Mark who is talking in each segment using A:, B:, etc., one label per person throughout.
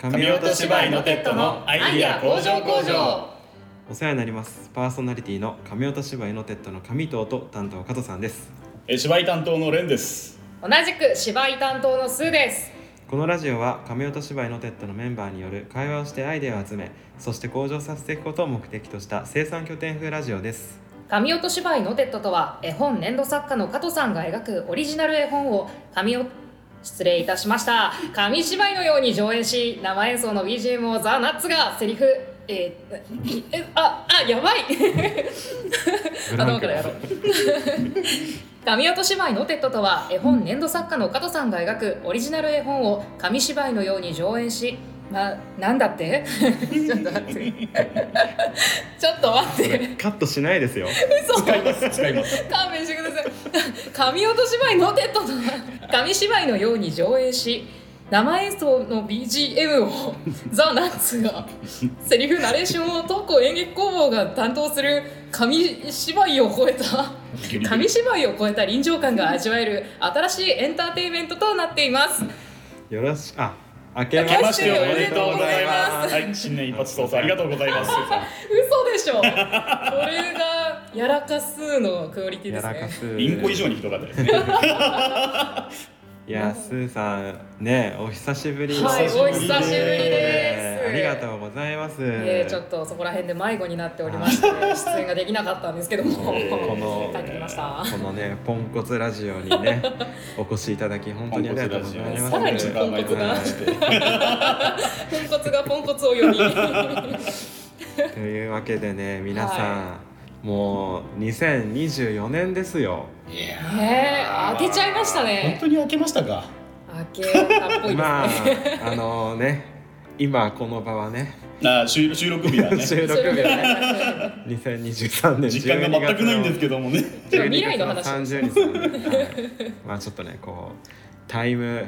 A: 神
B: 音芝居のテッドのアイディア工場工場
A: お世話になりますパーソナリティの神音芝居のテッドの神藤と担当加藤さんです
B: えー芝居担当のレンです
C: 同じく芝居担当のスーです
A: このラジオは神音芝居のテッドのメンバーによる会話をしてアイデアを集めそして向上させていくことを目的とした生産拠点風ラジオです
C: 神音芝居のテッドとは絵本年度作家の加藤さんが描くオリジナル絵本を神音失礼いたしました紙芝居のように上演し生演奏の BGM をザ・ナッツがセリフえー、えああやばい 頭からやろう神音芝居のテッドとは絵本年度作家の加藤さんが描くオリジナル絵本を紙芝居のように上演しななんだって ちょっと待って ちょっと待って
A: カットしないですよ
C: 嘘
B: 使います使います
C: 勘弁してください 神音芝居のテッドとは紙芝居のように上映し生演奏の BGM をザ・ナッ ツがセリフナレーションを東光演劇工房が担当する紙芝居を超 えた 紙芝居を超えた臨場感が味わえる新しいエンターテインメントとなっています
A: よろしあ明けま
B: 来ま
A: し
B: してて
A: おめ
B: おめ
A: で
B: で
A: と
B: と
A: う
B: う
A: ご
B: ご
A: ざ
B: ざ
A: い
B: い
A: ま
B: ますすはい新年一発倒産ありがとうございます
C: 嘘でし ょこれがやらかすのクオリティで
A: や
C: す
A: らか
C: ね
A: す
B: インコ以上にひどかったですね
A: いやー、スーさん、ね、お久しぶり。
C: はいお
B: 久しぶり
A: とうこと
C: です
A: ありがとうございます。
C: えー、ちょっとそこら辺で迷子になっており まして出演ができなかったんですけども、
A: えーこの
C: 帰ってきました。
A: このね、ポンコツラジオに ね、お越しいただき、本当にありがとうございます。
C: さらにポンコツラジオポンコツがポンコツを呼び
A: はいというわけでね、皆さん、
C: は
A: もう2024年ですよ。
C: ねえ開けちゃいましたね
B: 本当に開けましたか
C: 明け方っぽいですね、
A: まあ、あのね、今この場はね、
B: あ収収録日 だね
A: 収録日 はね、
C: ね
A: 2023年12月
B: 実感が全くないんですけどもね
C: でも未来の話
A: 30日、はい、まあちょっとねこうタイム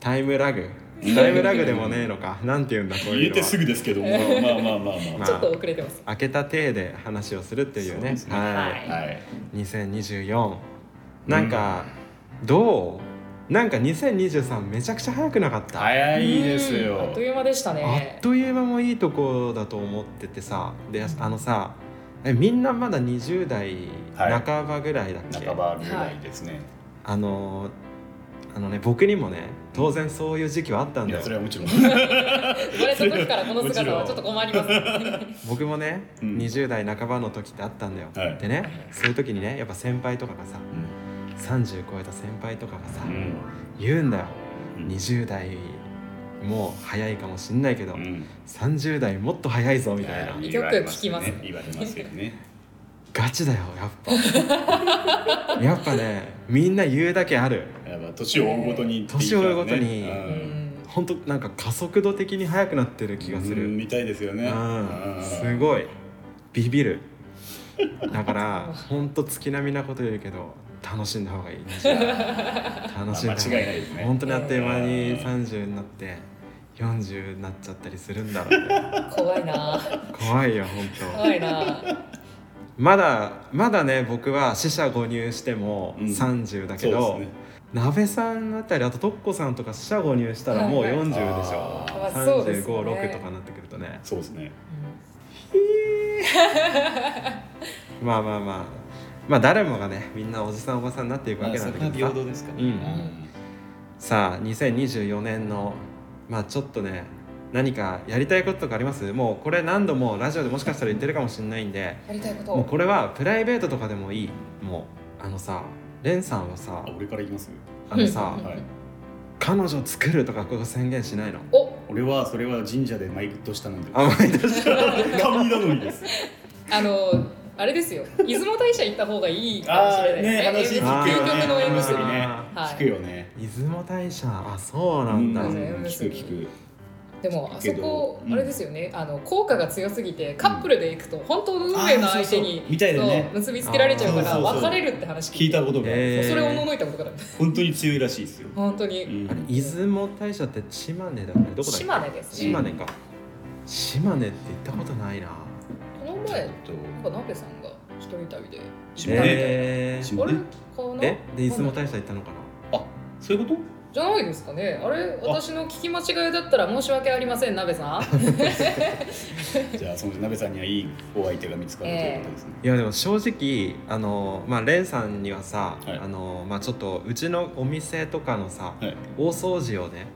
A: タイムラグタイムラグでもねえのかなんて言うんだこう
B: 言
A: い
B: え
A: うの
B: てす
A: は
B: ぐですけどもまあまあまあま
C: ちょっと遅れてます
A: 開けた体で話をするっていう
B: そう
A: ね
B: ですね
A: は
B: あはい
A: い2024なんか、どうなんか2023めちゃくちゃ早くなかった、
B: 早いです
C: うんあ
B: よ
C: っという間でした
A: あ
C: ね
A: っという間もいいとこだと思っててさであのさえみんなまだ20代
B: はい
A: 半ばぐらいだっけ、
B: 半ばぐらいですね
A: あのーあのね僕にもね当然そういう時期はあったん
B: い
A: だ
B: やそれ
A: よ
B: はもちろん
C: 生まれた時からこの姿はちょっと困ります
A: 僕もね、
B: うん
A: 20代半ばの時ってあったんだよ、
B: はい
A: でねそういう時にねやっぱ先輩とかがさ30超えた先輩とかがさ、
B: うん
A: 言うんだよ
B: うん
A: 20代もう早いかもしんないけど、
B: うん
A: 30代もっと早いぞみたいな、
B: は
C: よく聞きます
B: 言われますよね
A: ガチだよやっ ぱやっぱねみんな言うだけある
B: やっぱ年を追うごとにっていうかね
A: 年を追うごとに
B: う
C: うんん
A: ほんとなんか加速度的に早くなってる気がする、
B: うんみたいですよね
A: うん、す
B: い
A: ごいビビるだからほんと月並みなこと言うけど楽しんだ方がいい楽しんだ方が
B: 間違いないですね
A: ほんとにあっという間
B: う
A: に
B: ん
A: 30になって40になっちゃったりするんだろうね
C: 怖いな
A: 怖いよほんと
C: 怖いな
A: まだまだね僕は四捨五入しても
B: うん
A: 30だ
B: そ
A: け
B: うで
A: ど、
B: すね
A: 鍋さんあたりあととっこさんとか四捨五入したらもう
C: はいはい
A: 40でしょ、
B: あー
C: あそうですね
A: 356とかになってくるとね
B: そうですね
A: まあまあまあまあ誰もがねみんなおじさんおばさんになっていくわけなんだけどさ
B: ですか
A: ねさあ2024年のまあちょっとね何かやりたいこととかありますもうこれ何度もラジオでもしかしたら言ってるかもしれないんで
C: やりたいこと
A: もうこれはプライベートとかでもいいもうあのさレンさんはさ
B: 俺から言います
A: あのさ
C: うん
B: はい
A: 彼女作るとかこう宣言しないの
C: お
B: 俺はそれは神社でマイクとしたので
A: あまり出し
B: 神頼みです
C: あのあれですよ出雲大社行った方がいいかもしれない
B: あーね話聞くよ
A: ね
C: 究極の縁結び
A: あー
B: ね
C: はい
B: 聞くよね
A: 出雲大社あそうなんだ、
C: う
B: うん聞く聞く
C: でもあそ
B: け
C: こ
B: ど
C: あれですよね、あの効果が強すぎてカップルで行くと本当の運命の相手に、
B: あーそうそうみたいなね
C: そう結びつけられちゃうから
B: あーそうそうそう
C: 別れるって話
B: 聞いたことがある
A: え
C: それをおののいたことから
B: 本当に強いらしいですよ
C: 本当に、
B: うん
A: あれ出雲大社って島根だよねどこだっけ
C: 島根ですね
A: 島根か島根って行ったことないな
C: この前なんか鍋さんが一人旅で
B: 島根
A: えー
B: 島
C: あれ
B: 根
C: かな
A: えで出雲大社行ったのかな
B: あそういうこと
C: じゃないですかねあれ私の聞き間違いだったら申し訳ありません鍋さん
B: じゃあその鍋さんにはいいお相手が見つかるということですね、
A: いやでも正直あのまあ蓮さんにはさ、
B: はい
A: あのまあちょっとうちのお店とかのさ、
B: はい
A: 大掃除をね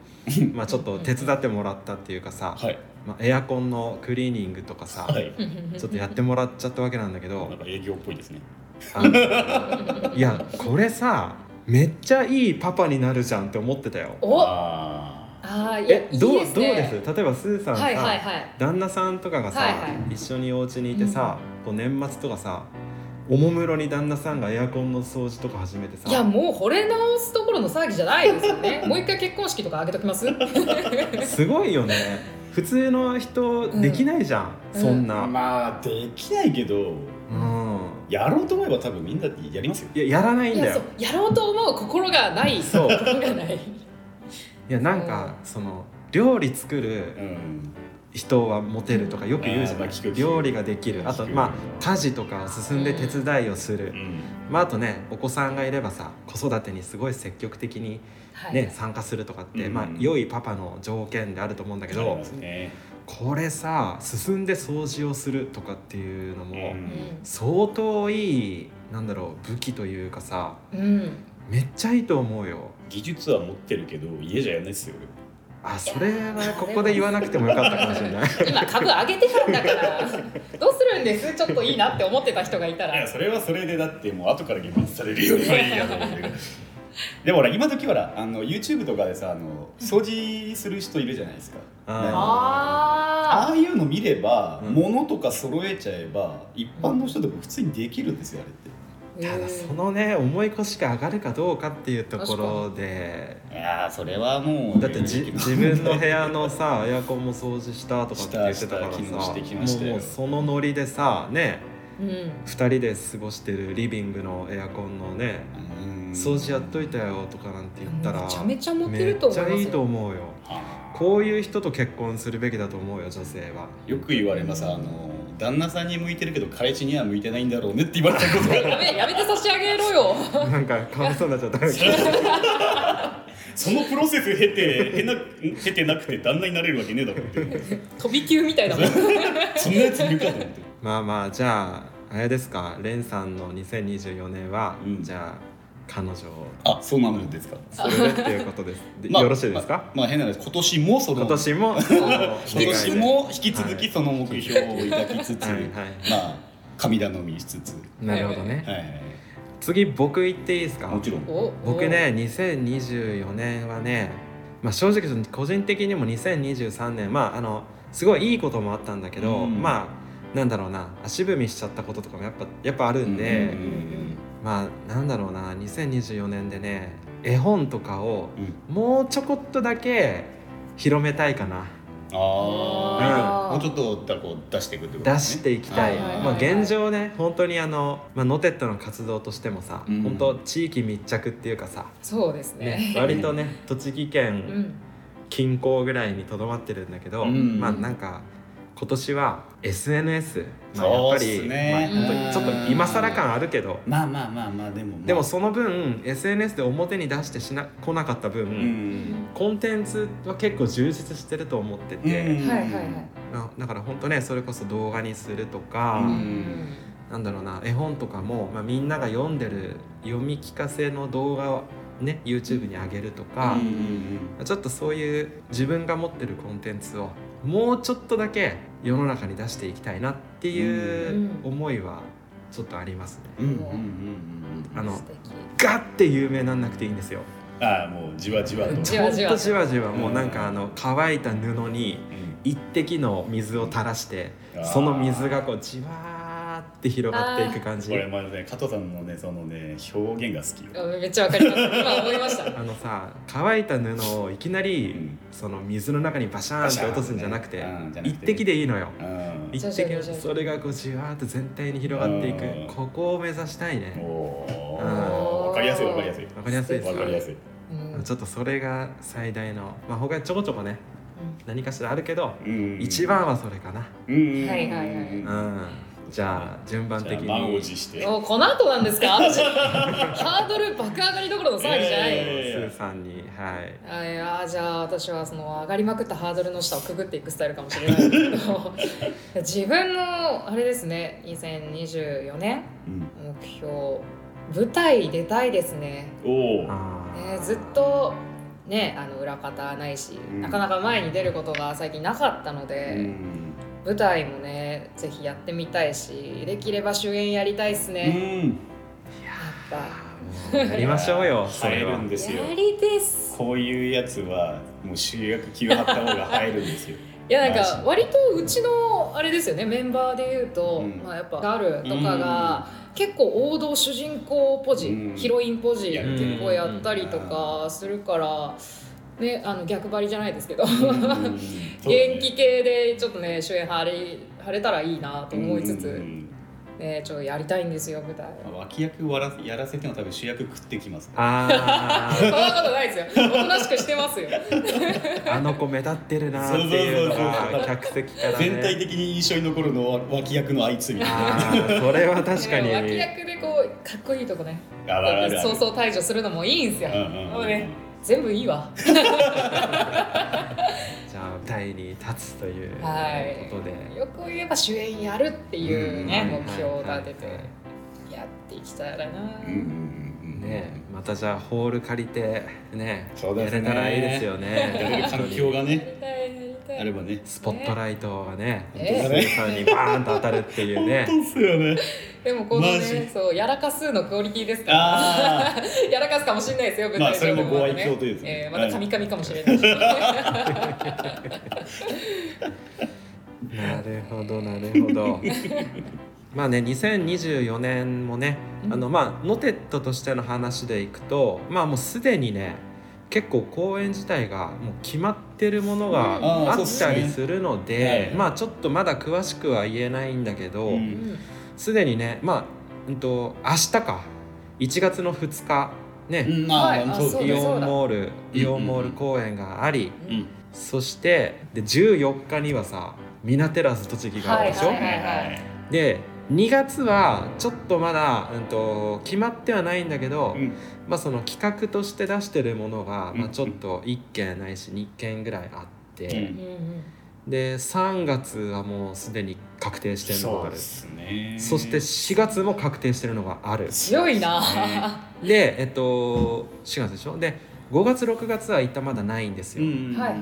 A: まあちょっと手伝ってもらったっていうかさ、
B: はい
A: まあ、エアコンのクリーニングとかさ、
B: はい
A: ちょっとやってもらっちゃったわけなんだけど
B: なんか営業っぽいですね
A: あのいやこれさめっちゃいいパパになるじゃんって思ってたよ。
C: おあ
B: あ
C: あいや
A: え
C: いい
A: どう
C: です
A: どうで
C: ね
A: す例えばスーさんさ、
C: はいはいはい
A: 旦那さんとかがさ、
C: はいは
A: 一緒にお家にいてさ、こう年末とかさおもむろに旦那さんがエアコンの掃除とか始めてさ
C: いやもう惚れ直すところの騒ぎじゃないですよね もう一回結婚式とかあげときます
A: すごいよね普通の人できないじゃん、
C: うん
A: そん
B: あ
A: な、うん
B: まあできないけどやろうと思えば多分みんなやりますよ
A: いややらないん
C: い
A: だ
C: やそ
A: よ
C: うやろうと思う心がない
A: そう
C: 心がない
A: いやなんか、その料理作
B: う
A: る
B: ん
A: 人はモテるとかよく言うじゃ
B: あーま
A: な
B: あ
A: い、
B: 聞く聞く
A: 料理ができるあと
B: 聞く
A: まあ家事とかを進んで手伝いをする、
B: うん
A: まあ、あとねお子さんがいればさ子育てにすごい積極的に、
C: はい、
A: ね参加するとかって、
B: うん
A: まあ、良いパパの条件であると思うんだけ
B: あり
A: ど
B: ますね
A: これさ進んで掃除をするとかっていうの
B: う
A: も、
B: ん
A: 相当いいなんだろう武器というかさ
C: うん、うん、
A: めっちゃいいと思うよ。
B: 技術は持ってるけど家じゃやらないですよ
A: あそれはここで言わなくてもよかったかもしれ ない。
C: 今株上げてたんだからどうするんですちょっといいなって思ってた人がいた
B: いや
C: ら
B: それはそれでだってもう後から疑問されるよりはいいやと思うけ どでもほら今時ほらあの YouTube とかでさあの掃除する人いるじゃないですか
A: あ
B: あ
C: あ
B: あいうの見れば、
A: うん
B: 物とか揃えちゃえば一般の人でも普通にできるんですよあれって
C: ー
A: ただそのね重い腰が上がるかどうかっていうところで
B: いやーそれはもう
A: だってじ自分の部屋のさエ アコンも掃除したとかって言ってたからさ
B: したした昨日してきま
A: も
B: し
A: う
B: たよ
A: もうそのノリでさね
C: うん
A: 2人で過ごしてるリビングのエアコンのね
B: うん
A: 掃除やっといたよとかなんて言ったら
C: めちゃめちゃモテると思います
A: めっ
C: よ
A: ちゃいいと思うよ
B: あ
A: こういう人と結婚するべきだと思うよ女性は
B: ーよく言われますあの旦那さんに向いてるけど彼氏には向いてないんだろうねって言われたことがあ る
C: やめやめて差し上げろよ
A: なんかかわいそうになっちゃった
B: そのプロセス経て経な経てなくて旦那になれるわけねえだろって
C: 飛び級みたいなもん
B: そんなやついるかと思って
A: まあまあじゃああれですかレンさんの2024年は、
B: うん
A: じゃあ彼女を
B: あそうなのですか
A: それでっていうこと です、で
B: まあ
A: よろしいですか、
B: まあ変な話今年もその
A: 今年もその
B: 今年も引き続きその目標を抱きつつ、
A: はいは
B: まあ神頼みしつつ、はい
A: なるほどね、
B: いはい
A: 次僕言っていいですか
B: もちろん。
C: お
A: 僕ね2024年はね、まあ、正直その個人的にも2023年まああのすごいいいこともあったんだけど、
B: うん
A: まあなんだろうな足踏みしちゃったこととかもやっぱやっぱあるんで、
B: うん
A: まあなんだろうな2024年でね絵本とかを
B: うん
A: もうちょこっとだけ広めたいかな
B: ああ、
C: う
B: もう
C: ん
B: ちょっとだからこう出していくってこと
A: 出していきたい、
B: あー
A: まあ、現状ね本当にあの、まあ、ノテットの活動としてもさ、
B: うん
A: 本当地域密着っていうかさ、
C: そうですね
A: ね、割とね栃木県、
C: うん
A: 近郊ぐらいにとどまってるんだけど、
B: うん
A: まあなんか今年は SNS、まあ、やっ
B: そう
A: ぱ
B: っ
A: り、
B: すね
A: まあ、本当にちょっと今更感あるけど、
B: まあまあまあまあでも、まあ、
A: でもその分 SNS で表に出してしな来なかった分、
B: う、
C: うんん
A: コンテンツは結構充実してると思ってて、
C: はいはいはい
A: なだから本当ねそれこそ動画にするとか、
B: う
C: うんん
A: なんだろうな絵本とかも、まあ、みんなが読んでる読み聞かせの動画をね YouTube に上げるとか。
B: うんうん
A: ちょっとそういう自分が持ってるコンテンツをもうちょっとだけ世の中に出していきたいなっていう
C: うん
A: 思いはちょっとありますね。
B: うんうんうんうんうん
A: あの
C: 素敵
A: ガッて有名なんなくていいんですよ。
B: ああもうじわじわと、
C: じわじわ
A: ほんとじわじわもうなんかあの乾いた布に
B: うん
A: 一滴の水を垂らしてその水がこうじわーって広がっていく感じ
B: こ。れまあね加藤さんのねそのね表現が好きよ、
C: あめっちゃわかります今思いました
A: あのさ乾いた布をいきな
B: う
A: り
B: ん
A: その水の中にバシャーンって落とすんじゃなくて
B: うんじゃなくて
A: 一滴でいいのよ。
B: うん
A: 一
C: 徐
A: 滴
C: 々に徐々に
A: それがこうじわーっと全体に広がってい
B: うん
A: くここを目指したいね
B: お
A: うん
B: お、わかりやすいわかりやすい。
A: わかりやすいです
B: わかりやすい。
C: うん
A: ちょっとそれが最大のまあ他にちょこちょこね何かしらあるけど
B: うん
A: 一。番はそれかな
B: うんうん。。
C: はいはいはい
A: うんんじゃあ順番
B: じゃ
A: 的
B: あ
A: に
B: 満を持して。
C: おこの後なんですか私ハードル爆上がりどころの騒ぎじゃないよ
B: え
A: スーさんにはい
C: あいやーじゃあ私はその上がりまくったハードルの下をくぐっていくスタイルかもしれないですけど自分のあれですね2024年
B: うん、
C: 目標舞台出たいですね
B: おお
A: あー
C: ねずっとねあの裏方ないし、
B: ん
C: なかなか前に出ることが最近なかったの
B: う
C: で、
B: ん、
C: 舞台もねぜひやってみたいしできれば主演やりたいっす
B: う
C: ね、
B: ん、
C: やっ
A: もうやりましょうよそ
B: 入
A: れ
B: る
A: は
B: んですよ
C: ぱやりです
B: こういうやつはもう主役級張った方が入るんですよ
C: いやなん
B: マジ
C: か割とうちのあれですよねメンバーでいうと、
B: うん
C: まあ、やっぱガールとかが結構王道主人公ポジ、
B: うん
C: ヒロインポジ
B: やって
A: る
C: 結構やったりとかするから、ね、あの逆張りじゃないですけど、元気系でちょっとね主演張り張れたらいいなと思いつ
B: う
C: つ、
B: んうんうん
C: ね、ちょっとやりたいんですよ舞台。
B: 脇役わらやらせても多分主役食ってきますね
A: あ
C: そんなことないですよ。おとなしくしてますよ。
A: ーあの子目立ってるなっていうの
B: そうそうそうそ
A: が
B: う
A: 客席からね
B: 全体的に印象に残るのは脇役のあいつみたいな
A: あーそれは確かに
C: ね脇役でこうかっこいいとこね。
B: あららら
C: そうそう対処するのもいいんですよ。
B: うんうんうん
C: もうね全部いいわ。
A: じゃあ舞台に立つという
C: はい
A: ことで、
C: よく言えば主演やるっていうね、
A: うん
C: 目標を立てて
A: はいはいは
C: やっていきたいな。
B: うんうんうんうん
A: ねまたじゃあホール借りてね
B: そうですね
A: やれたらいいですよ
B: や
A: ね
B: れる環境が
C: やり
B: ね
C: たいやりたい。
B: あればね
A: スポットライトがね
C: え
A: ス
B: 本当だ
A: ー
B: ね
A: さんにバーンと当たるっていうね
B: 本当っすよね
C: でもこの
B: マジ
C: ね、そうやらかすのクオリティですから。
B: ああ
C: やらかすかもしれないですよ。舞
B: まあ
C: 台
B: それも
C: 上で
B: ご愛嬌というですね
C: えーまたカミカミかもしれないし。
A: なるほどなるほ どまあね2024年もね
C: うん
A: あのまあノテットとしての話でいくとまあもうすでにね結構公演自体がもう決まってるものが
B: うんあー
A: あっ
B: そう
A: た
B: っす
A: り
B: ね
A: するので、
B: はいはい
A: まあちょっとまだ詳しくは言えないんだけど、
B: うん
A: すでにねまあ、うん、と明日か1月の2日
B: う
A: ね、
B: んま
C: はいあ
B: あそう
C: そう
B: だ
A: イ
C: です
B: ね
A: オンモール
B: うん
A: イオンモール公演があり、
C: う
B: うん
C: ん
A: そしてで14日にはさミナテラス栃木があるでしょ、
C: はいはい
A: で2月はちょっとまだ、うん、と決まってはないんだけど、
B: うん
A: まあ、その企画として出してるものが、
B: うん
A: まあ、ちょっと1件ないし2件ぐらいあって、
B: う
C: う
B: ん
C: んうん
A: で3月はもうすでに確定してるの
B: そ
A: があ
B: う
A: る
B: で
A: そ
B: すね
A: して4月も確定してるのがある
C: 強いな。
A: でえっと4月でしょで5月6月は一旦まだないんです
B: う
A: よ、
B: んうん
C: はいはい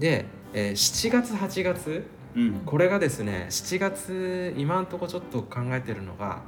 A: で、えー7月8月
B: うん
A: これがですね7月今んとこちょっと考えてるのが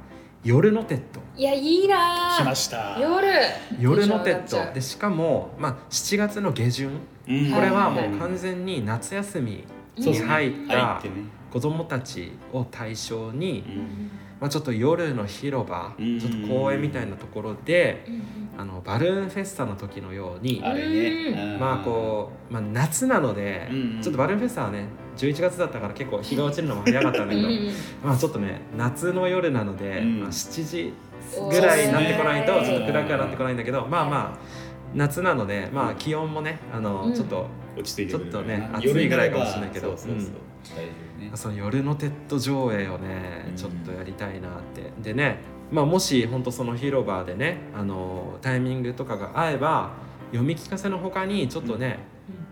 A: 夜のテッド
C: いやいいな。
B: 来ました
C: 夜。
A: 夜のテッ
C: テンション上がっちゃ
A: ド
C: う
A: でしかも、まあ、7月の下旬
B: うん
A: これはも
C: はいう
A: 完全に夏休み
C: いい
B: そうで
C: な
A: に
B: すね
A: 入った
B: 入ってね
A: 子どもたちを対象に
B: う、
C: うん
B: ん
A: まあ、ちょっと夜の広場
B: う
A: ちょ
B: ん
A: っと公園みたいなところで
C: うんうん
A: あのバルーンフェスタの時のように
B: あれね
C: う
A: まあこう、まあ、夏なので、
B: うんうん
A: ちょっとバルーンフェスタはね11月だったから結構日が落ちるのも早かったんだ
C: う
A: け
C: ん
A: ど、
C: うん
A: まあちょっとね夏の夜なので、
B: うん
A: まあ、7時ぐらいになってこないと
C: そう
A: ち
C: です
A: ょ
C: ね
A: っと暗くはなってこないんだけど、まあまあ夏なのでまあ気温もねあの、
C: うん
A: ちょっと
B: う落ち着いてくる
A: ちょっとね
B: 夜になれば
A: 暑いぐらいかもしれないけど
B: そうそうそう
A: うん
B: 大丈夫ね
A: その夜のテッド上映をね
B: うん
A: ちょっとやりたいなって。でね、まあ、もし本当その広場でねあのタイミングとかが合えば読み聞かせのほかにちょっとね、
C: うん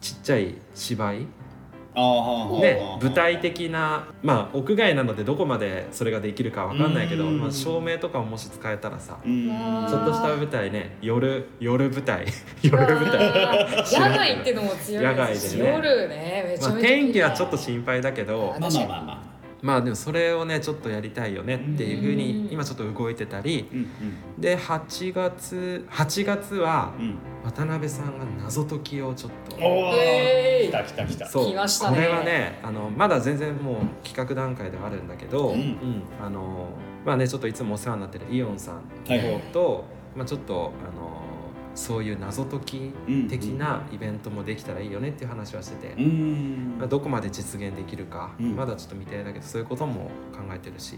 A: ちっちゃい芝居
B: ああ
A: ね、舞台的なまあ屋外なのでどこまでそれができるかわかんないけど、
B: うん
A: まあ、照明とかももし使えたらさ
B: ち
C: わー
A: ちょっとした舞台ね夜夜舞 台夜舞台、
C: 野外ってのも強い
A: 野外で
C: すし
A: ね
C: 夜ねめち
A: ま
C: ゃ
A: あ、
C: めちゃ
A: 天気はちょっと心配だけど
B: まあまあまあま
A: まあでもそれをねちょっとやりたいよねっていうふう
C: う
A: に
C: ん
A: 今ちょっと動いてたり
B: あうん
A: で8月8月は
B: うん
A: 渡辺さんが謎解きをちょっと
B: うんおお
C: えー
B: 来た来た来た
A: そう
C: 来ましたね
A: これはねあのまだ全然もう企画段階ではあるんだけど、
B: うん
A: あのまあねちょっといつもお世話になってるイオンさん
B: はいはい
A: と、まあ、ちょっとあのそういう謎解き的なイベントもできたらいいよねっていう話はしてて、
B: うん
A: まあ、どこまで実現できるか、
B: うん
A: まだちょっと未定だけどそういうことも考えてるし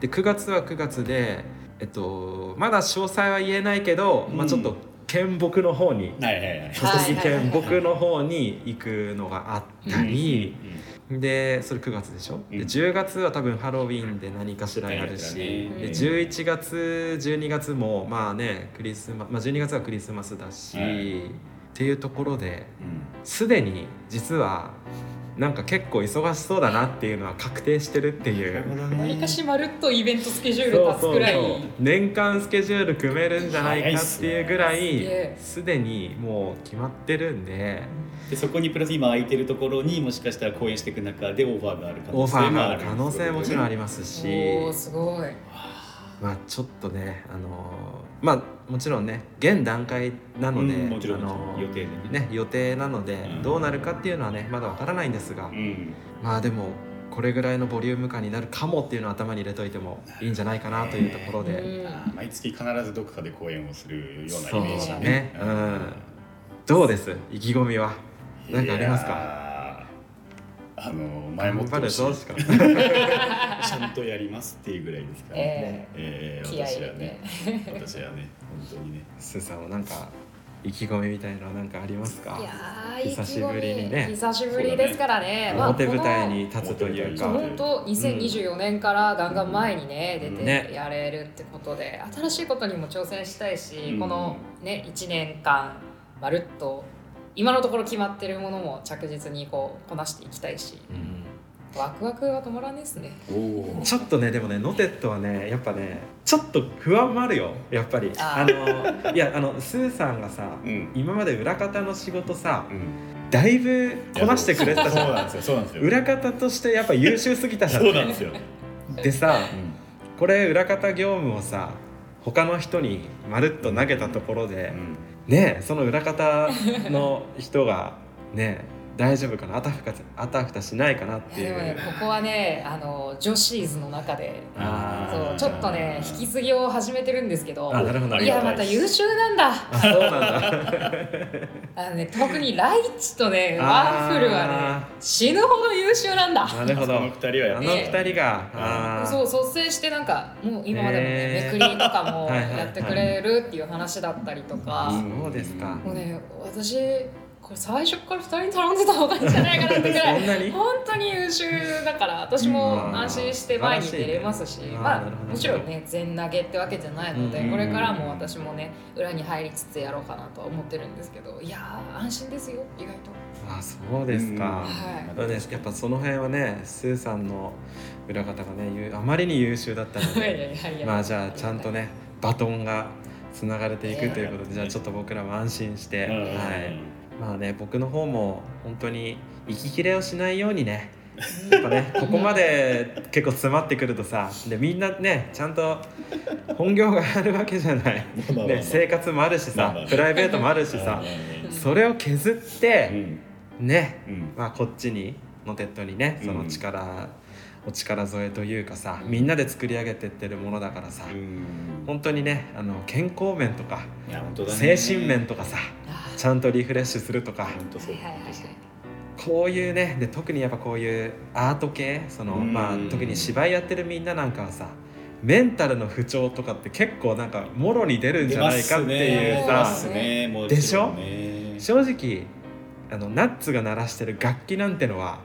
A: で9月は9月で、えっと、まだ詳細は言えないけど、まあ、ちょっと見木の方に
B: はいはいはい
A: 栃木県僕の方に行くのがあったり、
B: うん
A: でそれ9月でしょ、
B: う
A: で
B: ん
A: 10月は多分ハロウィーンで何かしらやるし、
B: 何
C: かしらね
A: で11月12月もまあねクリスマス、まあ、12月はクリスマスだし、
B: はい
A: っていうところで
B: うん
A: すでに実はなんか結構忙しそうだなっていうのは確定してるっていう。
C: 何かしまるっとイベントスケジュール
A: そう
C: 立つ
A: そ
C: く
A: う
C: らい
A: そう年間スケジュール組めるんじゃないかっていうぐら
C: 早いっすね
A: いすでにもう決まってるんで
B: でそこにプラス今空いてるところにもしかしたら公演していく中でオファーがある可
A: オ
B: 能
A: ファ
B: 性
A: ー
B: も
A: が
B: あ
A: あ
B: る
A: る可能性もちろんありますし
C: おーすごい
A: まあちょっとねあのーまあもちろんね現段階なので、
B: うんもちろん
A: あのー
B: 予定でね
A: ね予定なので、
B: うん
A: どうなるかっていうのはねまだわからないんですが、
B: うん
A: まあでもこれぐらいのボリューム感になるかもっていうのを頭に入れといてもいいんじゃないかなというところで、
C: うん
B: あー毎月必ずどこかで公演をするようなイ
A: そう
B: メージ
A: だねうんどうです意気込みは何かありますか
B: かあの前もってほしい
A: 頑張るぞしか
B: ちゃんとやりますっていうぐらいですから、
C: え
B: え
C: え
B: ー
C: 気合い
B: 私
C: 入れ
B: はね
C: て
B: 私はね本当にね
A: スーさんは何か意気込みみたいなの何かありますか
C: いやー
A: 久しぶりにね
C: 久しぶりですからねまあ
A: 表舞台に立つというか、
B: 表舞台
C: 本当2024年からガンガン前にね、
B: うん
C: 出
A: ね
C: てやれるってことで新しいことにも挑戦したいし、
B: うん
C: このね1年間まるっと今のところ決まってるものも着実にこうこなしていきたいし
A: うん
C: ワクワクは止まらないですね
B: おお
A: ちょっとねでもねノテットはねやっぱねちょっと不安もあるよやっぱり
C: あ
A: あのいやあのスーさんがさ
B: うん
A: 今まで裏方の仕事さ
B: うん
A: だいぶこなしてくれてたじ
B: そう
A: ゃ
B: なん
A: ん
B: ですよそうなんですよ
A: 裏方としてやっぱ優秀すぎたじゃん
B: そうなんですよ、
A: でさこれ裏方業務をさ他の人にまるっと投げたところで、ねその裏方の人がね大丈夫かなあたふかあたふたしないかなっ
C: い
A: て
C: や
A: い
C: でもね
A: う。
C: ここはねあの女子ーズの中で
A: あ
C: そ
A: ー
C: うちょっとね引き継ぎを始めてるんですけど
A: あなるほど
C: いやまた優秀なんだ
A: あそうなんだ
C: あのね特にライチとねワ
A: あー
C: ッフルはね死ぬほど優秀なんだ
A: なるほ
B: この
A: ど
B: 二人はや
A: あ
B: っ
A: の
B: ぱ
A: 二人が、あー
C: そう率先してなんかもう今までもね、
A: へー
C: めくりとかも
A: はいはいはい
C: やってくれるっていう話だったりとか
A: あそうですか
C: もうね私これ最初から2人に頼んでた方がいいんじゃないかなってぐら
A: そんないに
C: 本当に優秀だから私も安心して前に出れますし、
A: うん
C: ま
A: あー素晴らしいねあーな
C: あ
A: るほど
C: もちろんね全投げってわけじゃないので、
A: うん
C: これからも私もね裏に入りつつやろうかなとは思ってるんですけどいやー安心ですよ意外と。
A: あそうですか、
C: はい
A: だからね、やっぱその辺はねスーさんの裏方がねゆうあまりに優秀だったの
C: いや
A: で
C: いやい や
A: まあじゃあちゃんとねバトンがつながれていくということで、
B: ええ
A: じゃあちょっと僕らも安心して、
B: うん
A: はい、まあね僕の方も本当に息切れをしないようにねやっぱ ねここまで結構詰まってくるとさでみんなねちゃんと本業があるわけじゃない、
B: まあまあまあ
A: ね、生活もあるし
B: まあ
A: さ
B: まあ
A: プライベートもあるし
B: う
A: さ
B: ん
A: それを削っ
B: う
A: て
B: ん
A: ね
B: うん
A: まあ、こっちにのテッドにねその力、お力添えというかさみんなで作り上げてってるものだからさ、
B: うん
A: 本当にねあの健康面とか、
B: いや本当だね
A: 精神面とかさ
C: あ
A: ちゃんとリフレッシュするとか
B: 本当
C: ー
B: そう
C: はいはいはいはい
A: こういうねで特にやっぱこういうアート系その、
B: うん
A: まあ、特に芝居やってるみんななんかはさメンタルの不調とかって結構なんかもろに出るんじゃないかっていう
C: 出
B: 出ま
A: さ
B: すねもう
A: でしょ
B: もちろんね
A: 正直あのナッツが鳴らしてる楽器なんてのは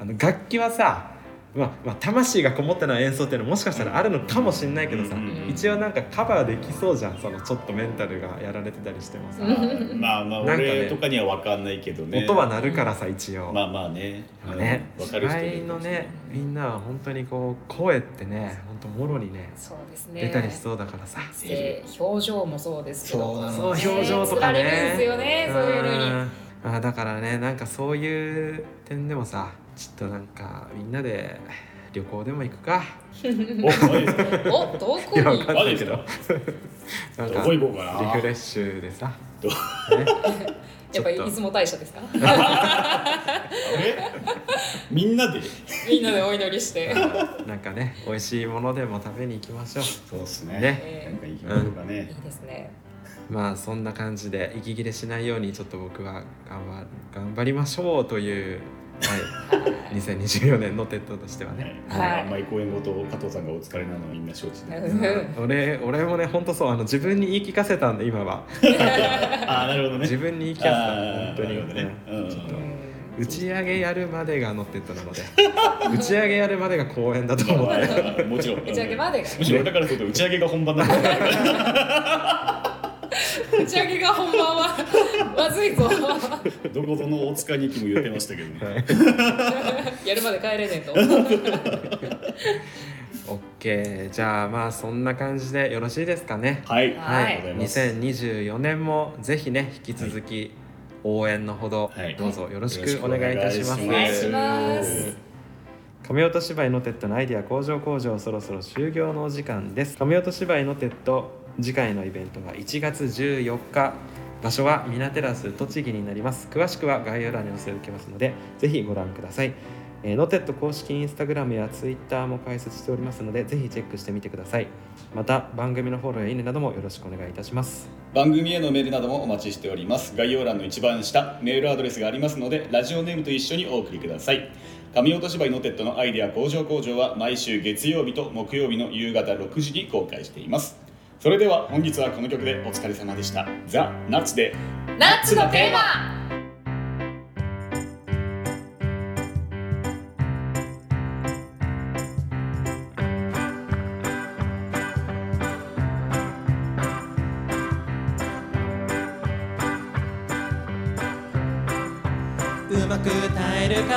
A: あの楽器はさ、まあまあ、魂がこもってない演奏っていうのもしかしたらあるのかもしれないけどさ、
B: うんうん
A: 一応なんかカバーできそうじゃんそのちょっとメンタルがやられてたりしてもさ、
C: うん
B: まあま
A: な
B: あ
A: んかね
B: 俺とかには分かんないけどね
A: 音は鳴るからさ一応。
B: まあまあね
A: ね、
B: うん分かる人
A: 芝
B: い
A: 居
B: る
A: のねみんなは本当にこう声ってね本当もろにね
C: そうですね
A: 出たりしそうだからさ、
C: えー表情もそうですけど
B: そうな
A: そう表情とかね
C: ねえー、つられるんですよねそういうのに
A: うんあだからねなんかそういう点でもさちょっとなんかみんなで旅行でも行くか
B: おマジですか
C: おどこ
A: い
C: に
A: やわかん
B: マ
A: な
B: ジ
A: いけ
B: です
A: ど
B: か
A: なん
B: ど
A: か
B: こ
A: リ
B: 行
A: フ
B: こうかな
A: レッシュでさ、
B: ど
A: ね、
C: やっぱり出雲大社 ですか
B: えみんなで
C: みんなでお祈りして、
A: なんかね美味しいものでも食べに行きましょ
B: そうです
A: ね
B: な
C: え
B: んか行きましょうか
C: ーい
B: ね
C: いですね
A: うまあそんな感じで息切れしないようにちょっと僕は頑張頑張りましょうという、はい、2024年のテッドとしてはね。
C: はい
B: はいあんまり公演ごと加藤さんがお疲れなのはみんな承知で
C: うん
A: 俺俺もね本当そうあの自分に言い聞かせたんで今は
B: ああなるほどね
A: 自分に言い聞かせた
B: あー
A: 本当に、
B: なるほどねうん
A: ちょっと
C: うん
A: 打ち上げやるまでが乗ってったなので打ち上げやるまでが公演だと思う
B: まあもちろん
C: 打ち上げまでが
B: むしろだからそうと打ち上げが本番だから
C: 打ち上げが本番はまずいぞ
B: どこぞの大塚に行きも言ってましたけどね
A: はい
C: やるまで帰れねえと
A: OK じゃあまあそんな感じでよろしいですかね
B: はい
C: はい
B: ありがとうございます
A: 2024年もぜひね引き続き応援のほど
B: はい
A: どうぞよろしくお願いいたします。
C: お願いします
A: 亀音芝居のテッドのアイディア工場工場そろそろ終業のお時間です亀音芝居のテッド次回のイベントは1月14日場所はミナテラス栃木になります詳しくは概要欄にお寄せ受けますのでぜひご覧ください、えー、ノテッド公式インスタグラムやツイッターも開設しておりますのでぜひチェックしてみてくださいまた番組のフォローやいいねなどもよろしくお願いいたします
B: 番組へのメールなどもお待ちしております概要欄の一番下メールアドレスがありますのでラジオネームと一緒にお送りください神音芝居のテッドのアイデア工場工場は毎週月曜日と木曜日の夕方6時に公開していますそれでは本日はこの曲でお疲れ様でしたザ・ナッツで
C: ナッツのテーマ
D: うまく耐えるか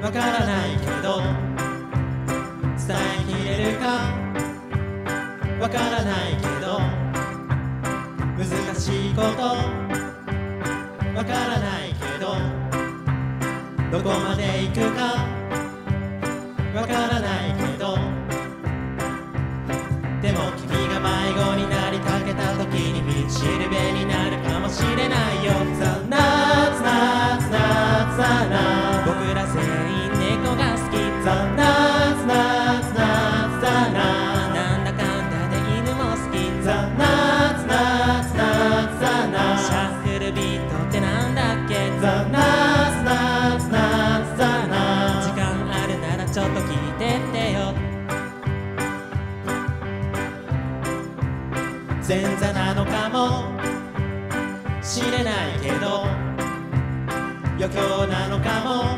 D: わからないけど伝えきれるかわからないけど難しいことわからないけどどこまで行くかわからないけどでも君が迷子になりかけた時に道しるべになるかもしれないよ The Nuts Nuts Nuts The Nuts 僕ら全員猫が好き The Nuts Nuts Nuts The Nuts なんだかんだで犬も好き The Nuts Nuts Nuts The Nuts シャッフルビートってなんだっけ The Nuts Nuts Nuts The Nuts 時間あるならちょっと聞いてってよ前座なのかもしれないけど余興なのかも